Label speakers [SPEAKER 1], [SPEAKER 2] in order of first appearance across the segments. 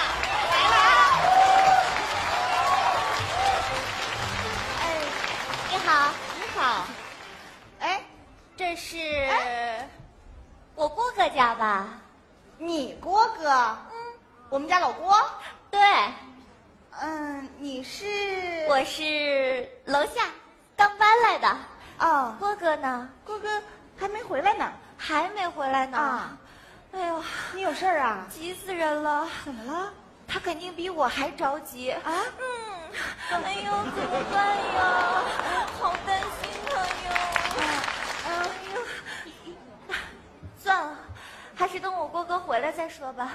[SPEAKER 1] 哎
[SPEAKER 2] 哎
[SPEAKER 1] 哥家吧？
[SPEAKER 2] 你郭哥，
[SPEAKER 1] 嗯，
[SPEAKER 2] 我们家老郭。
[SPEAKER 1] 对，
[SPEAKER 2] 嗯，你是？
[SPEAKER 1] 我是楼下刚搬来的。
[SPEAKER 2] 哦，
[SPEAKER 1] 郭哥呢？
[SPEAKER 2] 郭哥还没回来呢。
[SPEAKER 1] 还没回来呢。
[SPEAKER 2] 啊，
[SPEAKER 1] 哎呦，
[SPEAKER 2] 你有事儿啊？
[SPEAKER 1] 急死人了！
[SPEAKER 2] 怎么了？
[SPEAKER 1] 他肯定比我还着急。
[SPEAKER 2] 啊？
[SPEAKER 1] 嗯，哎呦，怎么办呀？好担心他
[SPEAKER 2] 啊
[SPEAKER 1] 哟。哎呦，算了，还是等我郭哥回来再说吧。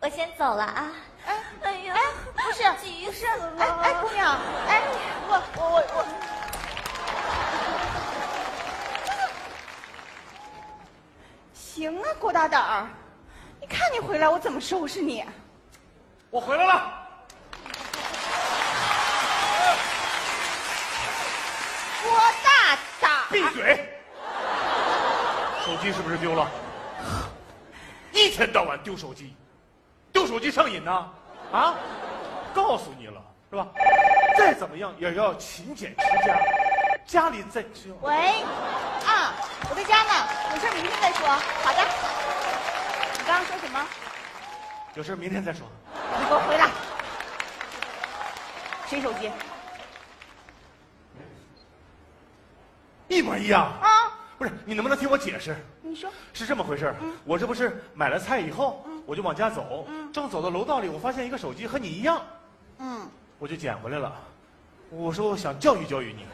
[SPEAKER 1] 我先走了啊。
[SPEAKER 2] 哎
[SPEAKER 1] 哎呦，
[SPEAKER 2] 哎，不是，
[SPEAKER 1] 急死
[SPEAKER 2] 哎
[SPEAKER 1] 了。
[SPEAKER 2] 哎，姑娘，哎，我我我我，行啊，郭大胆儿，你看你回来我怎么收拾你？
[SPEAKER 3] 我回来了。
[SPEAKER 2] 郭大胆，
[SPEAKER 3] 闭嘴！手机是不是丢了？一天到晚丢手机，丢手机上瘾呐！啊，告诉你了是吧？再怎么样也要勤俭持家，家里再只有
[SPEAKER 2] 喂，啊，我在家呢，有事儿明天再说。好的。你刚刚说什么？
[SPEAKER 3] 有事明天再说。
[SPEAKER 2] 你给我回来。谁手机？
[SPEAKER 3] 一模一样，
[SPEAKER 2] 啊，
[SPEAKER 3] 不是你能不能听我解释？
[SPEAKER 2] 你说。
[SPEAKER 3] 是这么回事儿，我这不是买了菜以后，我就往家走，正走到楼道里，我发现一个手机和你一样，
[SPEAKER 2] 嗯，
[SPEAKER 3] 我就捡回来了。我说我想教育教育你，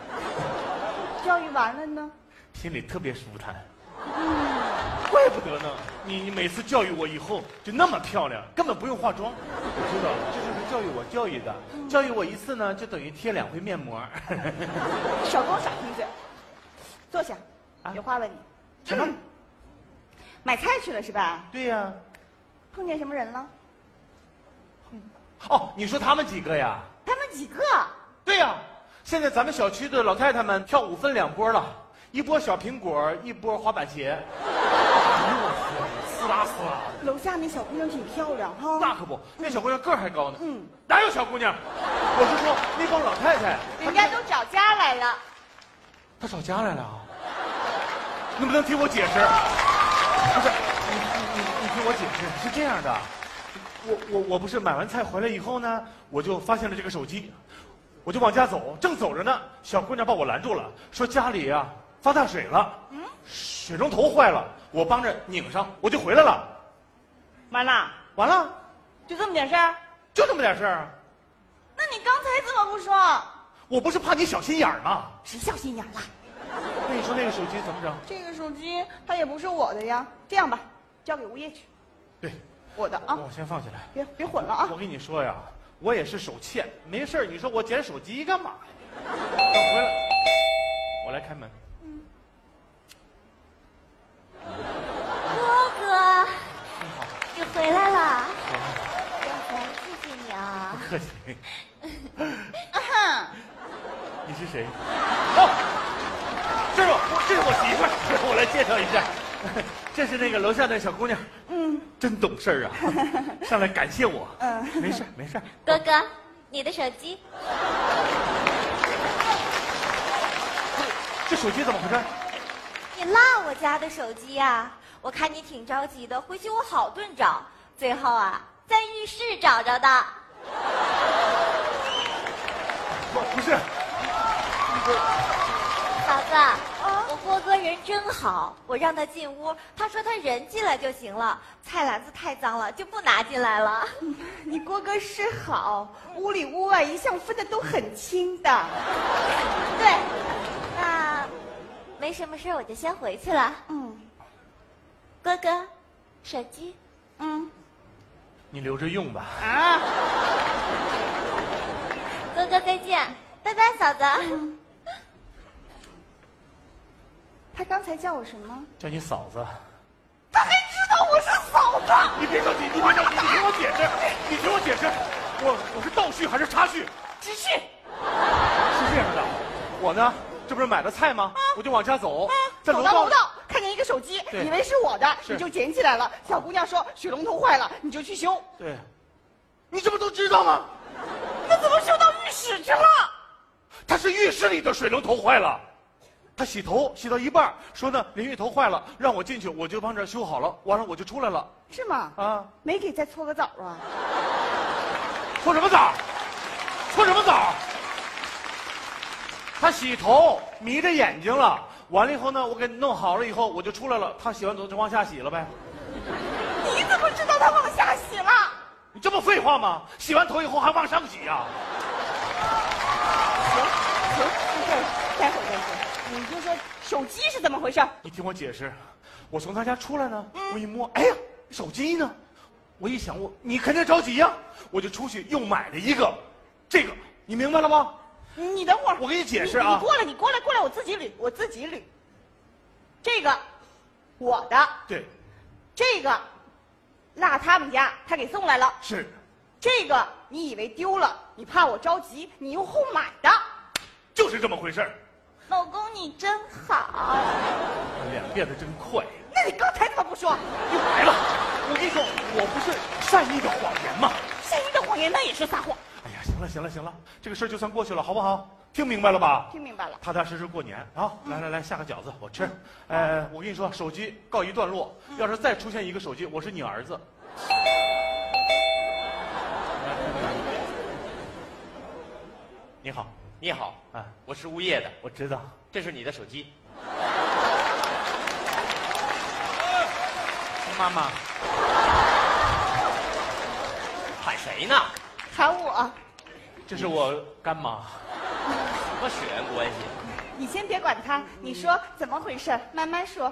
[SPEAKER 2] 教育完了呢？
[SPEAKER 3] 心里特别舒坦。怪不得呢，你你每次教育我以后就那么漂亮，根本不用化妆。我知道，这就是教育我教育的，教育我一次呢，就等于贴两回面膜。
[SPEAKER 2] 少跟我耍贫嘴。坐下，
[SPEAKER 3] 啊
[SPEAKER 2] 有话问 你。
[SPEAKER 3] 什么？
[SPEAKER 2] 买菜去了是吧？
[SPEAKER 3] 对呀、
[SPEAKER 2] 碰见什么人了？
[SPEAKER 3] 哦，你说他们几个呀？
[SPEAKER 2] 他们几个？
[SPEAKER 3] 对呀、现在咱们小区的老太太们跳舞分两波了，一波小苹果，一波滑板鞋。哎哎呦我天，撕拉撕拉的，
[SPEAKER 2] 楼下那小姑娘挺漂亮哈。
[SPEAKER 3] 那可不，那小姑娘个儿还高呢。
[SPEAKER 2] 嗯，
[SPEAKER 3] 哪有小姑娘？我是说那帮老太太，
[SPEAKER 2] 人家都找家来了。
[SPEAKER 3] 她吵架来了啊！能不能听我解释？不是，你你你你听我解释，是这样的，我我我不是买完菜回来以后呢，我就发现了这个手机，我就往家走，正走着呢，小姑娘把我拦住了，说家里啊发大水了，水龙头坏了，我帮着拧上，我就回来了。
[SPEAKER 2] 完了，
[SPEAKER 3] 完了，
[SPEAKER 2] 就这么点事儿？
[SPEAKER 3] 就这么点事儿，啊
[SPEAKER 2] 那你刚才怎么不说？
[SPEAKER 3] 我不是怕你小心眼儿吗？
[SPEAKER 2] 谁小心眼了？
[SPEAKER 3] 那你说那个手机怎么整？
[SPEAKER 2] 这个手机它也不是我的呀。这样吧，交给物业去，
[SPEAKER 3] 对，
[SPEAKER 2] 我的啊，
[SPEAKER 3] 我先放下来。
[SPEAKER 2] 别别混了啊
[SPEAKER 3] 我。跟你说呀，我也是手欠，没事儿你说我捡手机干嘛呀？等回来，我来开门。
[SPEAKER 1] 郭哥，
[SPEAKER 3] 你嗯好，
[SPEAKER 1] 你回来了，
[SPEAKER 3] 我好
[SPEAKER 1] 谢谢你啊。
[SPEAKER 3] 客气。
[SPEAKER 2] 啊哈，
[SPEAKER 3] 你是谁？哦，这是我，这是我媳妇儿，我来介绍一下。这是那个楼下那小姑娘，
[SPEAKER 2] 嗯，
[SPEAKER 3] 真懂事儿啊，上来感谢我。
[SPEAKER 2] 嗯
[SPEAKER 3] 没事儿没事儿。
[SPEAKER 1] 哥哥，你的手机，
[SPEAKER 3] 这手机怎么回事？
[SPEAKER 1] 你落我家的手机啊！我看你挺着急的，回去我好顿找，最后啊，在浴室找着的。
[SPEAKER 3] 不不是，
[SPEAKER 1] 嫂子，我郭哥人真好，我让他进屋，他说他人进来就行了，菜篮子太脏了就不拿进来了。
[SPEAKER 2] 你郭哥是好，屋里屋外一向分的都很清的。
[SPEAKER 1] 对，那没什么事儿我就先回去了。
[SPEAKER 2] 嗯
[SPEAKER 1] 哥哥，手机，
[SPEAKER 2] 嗯
[SPEAKER 3] 你留着用吧。
[SPEAKER 2] 啊。
[SPEAKER 1] 哥哥再见，拜拜，嫂子。
[SPEAKER 2] 他刚才叫我什么？
[SPEAKER 3] 叫你嫂子。
[SPEAKER 2] 他还知道我是嫂子。
[SPEAKER 3] 你别着急，你别着急，你听我解释，你听我解释，我我是倒叙还是插叙？
[SPEAKER 2] 只是
[SPEAKER 3] 是这样的，我呢，这不是买了菜吗？我就往家走，在
[SPEAKER 2] 嗯走
[SPEAKER 3] 楼
[SPEAKER 2] 到
[SPEAKER 3] 道
[SPEAKER 2] 楼道看见一个手机，
[SPEAKER 3] 对
[SPEAKER 2] 以为是我的，
[SPEAKER 3] 是
[SPEAKER 2] 你就捡起来了。小姑娘说水龙头坏了，你就去修。
[SPEAKER 3] 对，你这不都知道吗？
[SPEAKER 2] 那怎么修到浴室去了？
[SPEAKER 3] 它是浴室里的水龙头坏了。他洗头洗到一半儿，说呢淋浴头坏了，让我进去，我就帮着修好了，完了我就出来了
[SPEAKER 2] 是吗？
[SPEAKER 3] 啊。
[SPEAKER 2] 没给再搓个澡啊？
[SPEAKER 3] 搓什么澡？搓什么澡？他洗头迷着眼睛了，完了以后呢，我给弄好了以后，我就出来了。他洗完头就往下洗了呗。
[SPEAKER 2] 你怎么知道他往下洗了？
[SPEAKER 3] 你这不废话吗？洗完头以后还往上洗啊呀、
[SPEAKER 2] 行行，这事儿待会儿再说。你就说手机是怎么回事？
[SPEAKER 3] 你听我解释，我从他家出来呢，
[SPEAKER 2] 嗯
[SPEAKER 3] 我一摸，哎呀，手机呢？我一想，我你肯定着急呀、我就出去又买了一个，这个你明白了吗？
[SPEAKER 2] 你等会儿，
[SPEAKER 3] 我给你解释
[SPEAKER 2] 你
[SPEAKER 3] 啊
[SPEAKER 2] 你过来，你过来，过来，我自己捋，我自己捋。这个，我的，
[SPEAKER 3] 对，
[SPEAKER 2] 这个，落他们家，他给送来了。
[SPEAKER 3] 是，
[SPEAKER 2] 这个你以为丢了，你怕我着急，你又后买的。
[SPEAKER 3] 就是这么回事儿。
[SPEAKER 1] 老公你真好。
[SPEAKER 3] 脸变得真快。
[SPEAKER 2] 那你刚才怎么不说？
[SPEAKER 3] 又来了，我跟你说，我不是善意的谎言吗？
[SPEAKER 2] 善意的谎言那也是撒谎。
[SPEAKER 3] 哎呀，行了行了行了，这个事儿就算过去了，好不好？听明白了吧？
[SPEAKER 2] 听明白了，
[SPEAKER 3] 踏踏实实过年啊！来来来，下个饺子我吃。呃，我跟你说，手机告一段落。要是再出现一个手机，我是你儿子。 你好，
[SPEAKER 4] 你好，
[SPEAKER 3] 哎，
[SPEAKER 4] 我是物业的，
[SPEAKER 3] 我知道，
[SPEAKER 4] 这是你的手机。
[SPEAKER 3] 妈妈，
[SPEAKER 4] 喊谁呢？
[SPEAKER 2] 喊我，
[SPEAKER 3] 这是我干妈。
[SPEAKER 4] 什么血缘关系？
[SPEAKER 2] 你先别管他，你说怎么回事？慢慢说。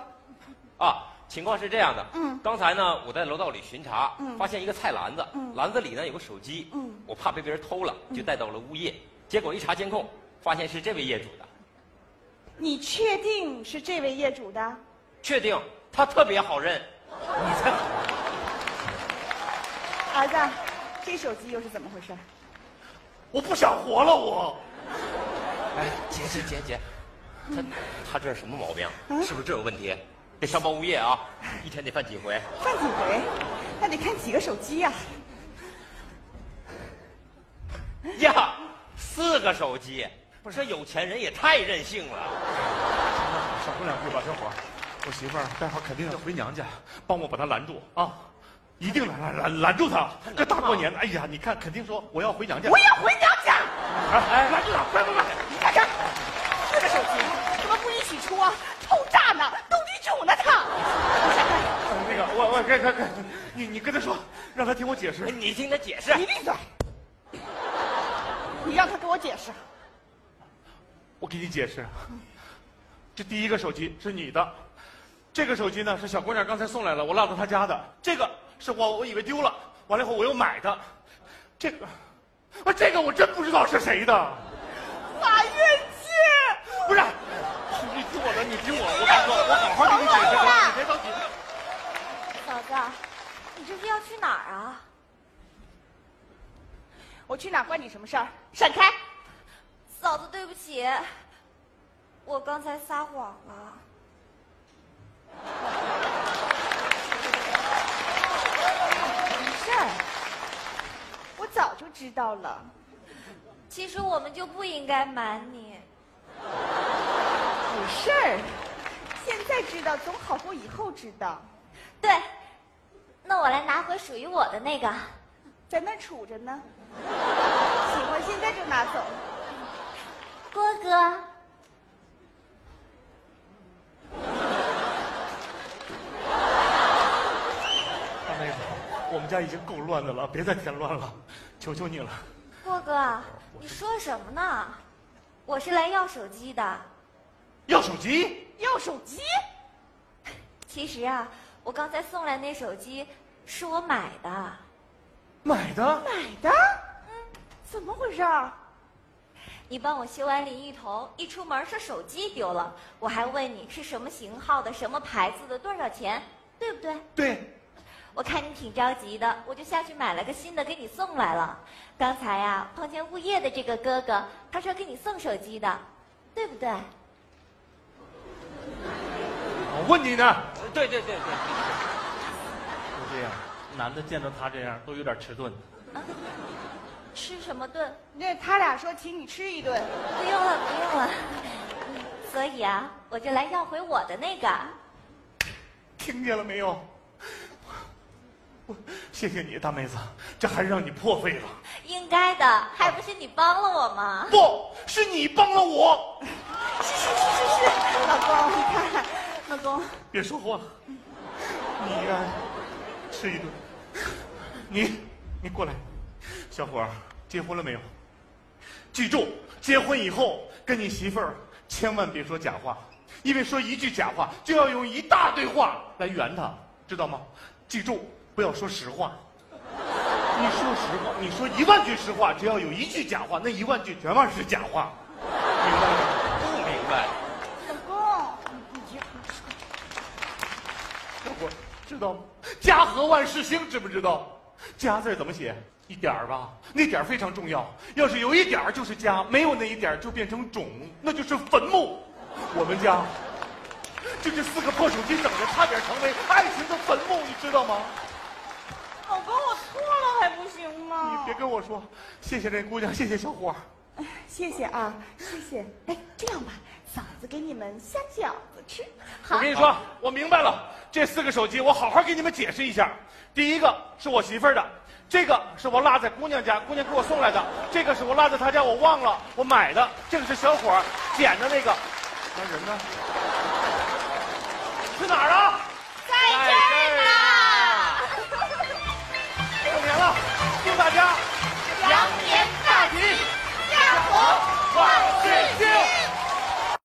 [SPEAKER 4] 啊，情况是这样的，
[SPEAKER 2] 嗯
[SPEAKER 4] 刚才呢，我在楼道里巡查，
[SPEAKER 2] 嗯
[SPEAKER 4] 发现一个菜篮子，
[SPEAKER 2] 嗯
[SPEAKER 4] 篮子里呢有个手机，
[SPEAKER 2] 嗯
[SPEAKER 4] 我怕被别人偷了，就带到了物业，结果一查监控，发现是这位业主的，
[SPEAKER 2] 你确定是这位业主的？
[SPEAKER 4] 确定他特别好认，
[SPEAKER 2] 儿子，这手机又是怎么回事？
[SPEAKER 3] 我不想活了，我
[SPEAKER 4] 哎，姐姐姐姐，
[SPEAKER 2] 嗯
[SPEAKER 4] 他他这是什么毛病？是不是这有问题？得上报物业啊，
[SPEAKER 2] 嗯
[SPEAKER 4] 一天得犯几回？
[SPEAKER 2] 犯几回？那得看几个手机呀、
[SPEAKER 4] 呀，四个手机，不是这有钱人也太任性了。
[SPEAKER 3] 少说两句吧，小伙儿。我媳妇儿待会儿肯定要回娘家，帮我把她拦住啊！一定拦拦拦拦住她！这大过年的，哎呀，你看，肯定说我要回娘家。
[SPEAKER 2] 我要回娘家。
[SPEAKER 3] 哎，拦住她！快快快！
[SPEAKER 2] 你看看，四个手机，怎么不一起出啊？偷炸呢，斗地主呢他。
[SPEAKER 3] 那个，我我快快快，你你跟他说，让他听我解释。
[SPEAKER 4] 你听他解释
[SPEAKER 2] 你，闭嘴！你让他给我解释。
[SPEAKER 3] 我给你解释，这第一个手机是你的，这个手机呢是小姑娘刚才送来了，我落到她家的。这个是我我以为丢了，完了以后我又买的，这个，我这个我真不知道是谁的，
[SPEAKER 2] 法院见。
[SPEAKER 3] 不是，你听我的，你听我，我跟你说，我好好给你解释啊，你别着急。
[SPEAKER 1] 嫂子，你这是要去哪儿啊？
[SPEAKER 2] 我去哪儿关你什么事儿？闪开！
[SPEAKER 1] 嫂子，对不起，我刚才撒谎了。
[SPEAKER 2] 没事儿，我早就知道了。
[SPEAKER 1] 其实我们就不应该瞒你。
[SPEAKER 2] 没事儿，现在知道总好过以后知道。
[SPEAKER 1] 对，那我来拿回属于我的那个。
[SPEAKER 2] 在那儿杵着呢，喜欢现在就拿走。
[SPEAKER 1] 郭哥，
[SPEAKER 3] 大妹子，我们家已经够乱的了，别再添乱了，求求你了。
[SPEAKER 1] 郭哥，你说什么呢？我是来要手机的。
[SPEAKER 3] 要手机？
[SPEAKER 2] 要手机？
[SPEAKER 1] 其实啊，我刚才送来那手机是我买的。
[SPEAKER 3] 买的？
[SPEAKER 2] 买的？嗯怎么回事儿？
[SPEAKER 1] 你帮我修完淋浴头，一出门说手机丢了，我还问你是什么型号的、什么牌子的、多少钱，对不对？
[SPEAKER 3] 对。
[SPEAKER 1] 我看你挺着急的，我就下去买了个新的给你送来了。刚才呀、碰见物业的这个哥哥，他说给你送手机的，对不对？
[SPEAKER 3] 我问你呢。
[SPEAKER 4] 对对对对。
[SPEAKER 3] 就这样，男的见到他这样都有点迟钝。
[SPEAKER 1] 吃什么顿？
[SPEAKER 2] 那他俩说请你吃一顿，
[SPEAKER 1] 不用了，不用了。 所以啊，我就来要回我的那个。
[SPEAKER 3] 听见了没有？我谢谢你，大妹子，这还是让你破费了。
[SPEAKER 1] 应该的，还不是你帮了我吗？
[SPEAKER 3] 不是你帮了我，
[SPEAKER 2] 是是是是是，老公，你看，老公，
[SPEAKER 3] 别说话了，你应该吃一顿。你，你过来，小伙儿，结婚了没有？记住，结婚以后跟你媳妇儿千万别说假话，因为说一句假话就要用一大堆话来圆她，知道吗？记住，不要说实话。你说实话，你说一万句实话，只要有一句假话，那一万句全万是假话，明白吗？
[SPEAKER 4] 不明白，
[SPEAKER 2] 老公，你你这。
[SPEAKER 3] 小伙儿知道吗？家和万事兴，知不知道？家字儿怎么写？一点儿吧，那点儿非常重要。要是有一点儿就是家，没有那一点儿就变成冢，那就是坟墓。我们家就这四个破手机整的，差点成为爱情的坟墓，你知道吗？
[SPEAKER 2] 老公，我错了还不行
[SPEAKER 3] 你
[SPEAKER 2] 吗？
[SPEAKER 3] 别跟我说，谢谢这姑娘，谢谢小伙儿。
[SPEAKER 2] 谢谢啊，谢谢。哎，这样吧，嫂子给你们下饺子吃。
[SPEAKER 3] 我跟你说，我明白了，这四个手机我好好给你们解释一下。第一个是我媳妇儿的，这个是我落在姑娘家，姑娘给我送来的，这个是我落在她家，我忘了我买的，这个是小伙儿捡的那个。那人呢？去哪儿啊？
[SPEAKER 1] 在这儿呢，
[SPEAKER 3] 过年了，祝大家
[SPEAKER 1] 羊年大吉，家和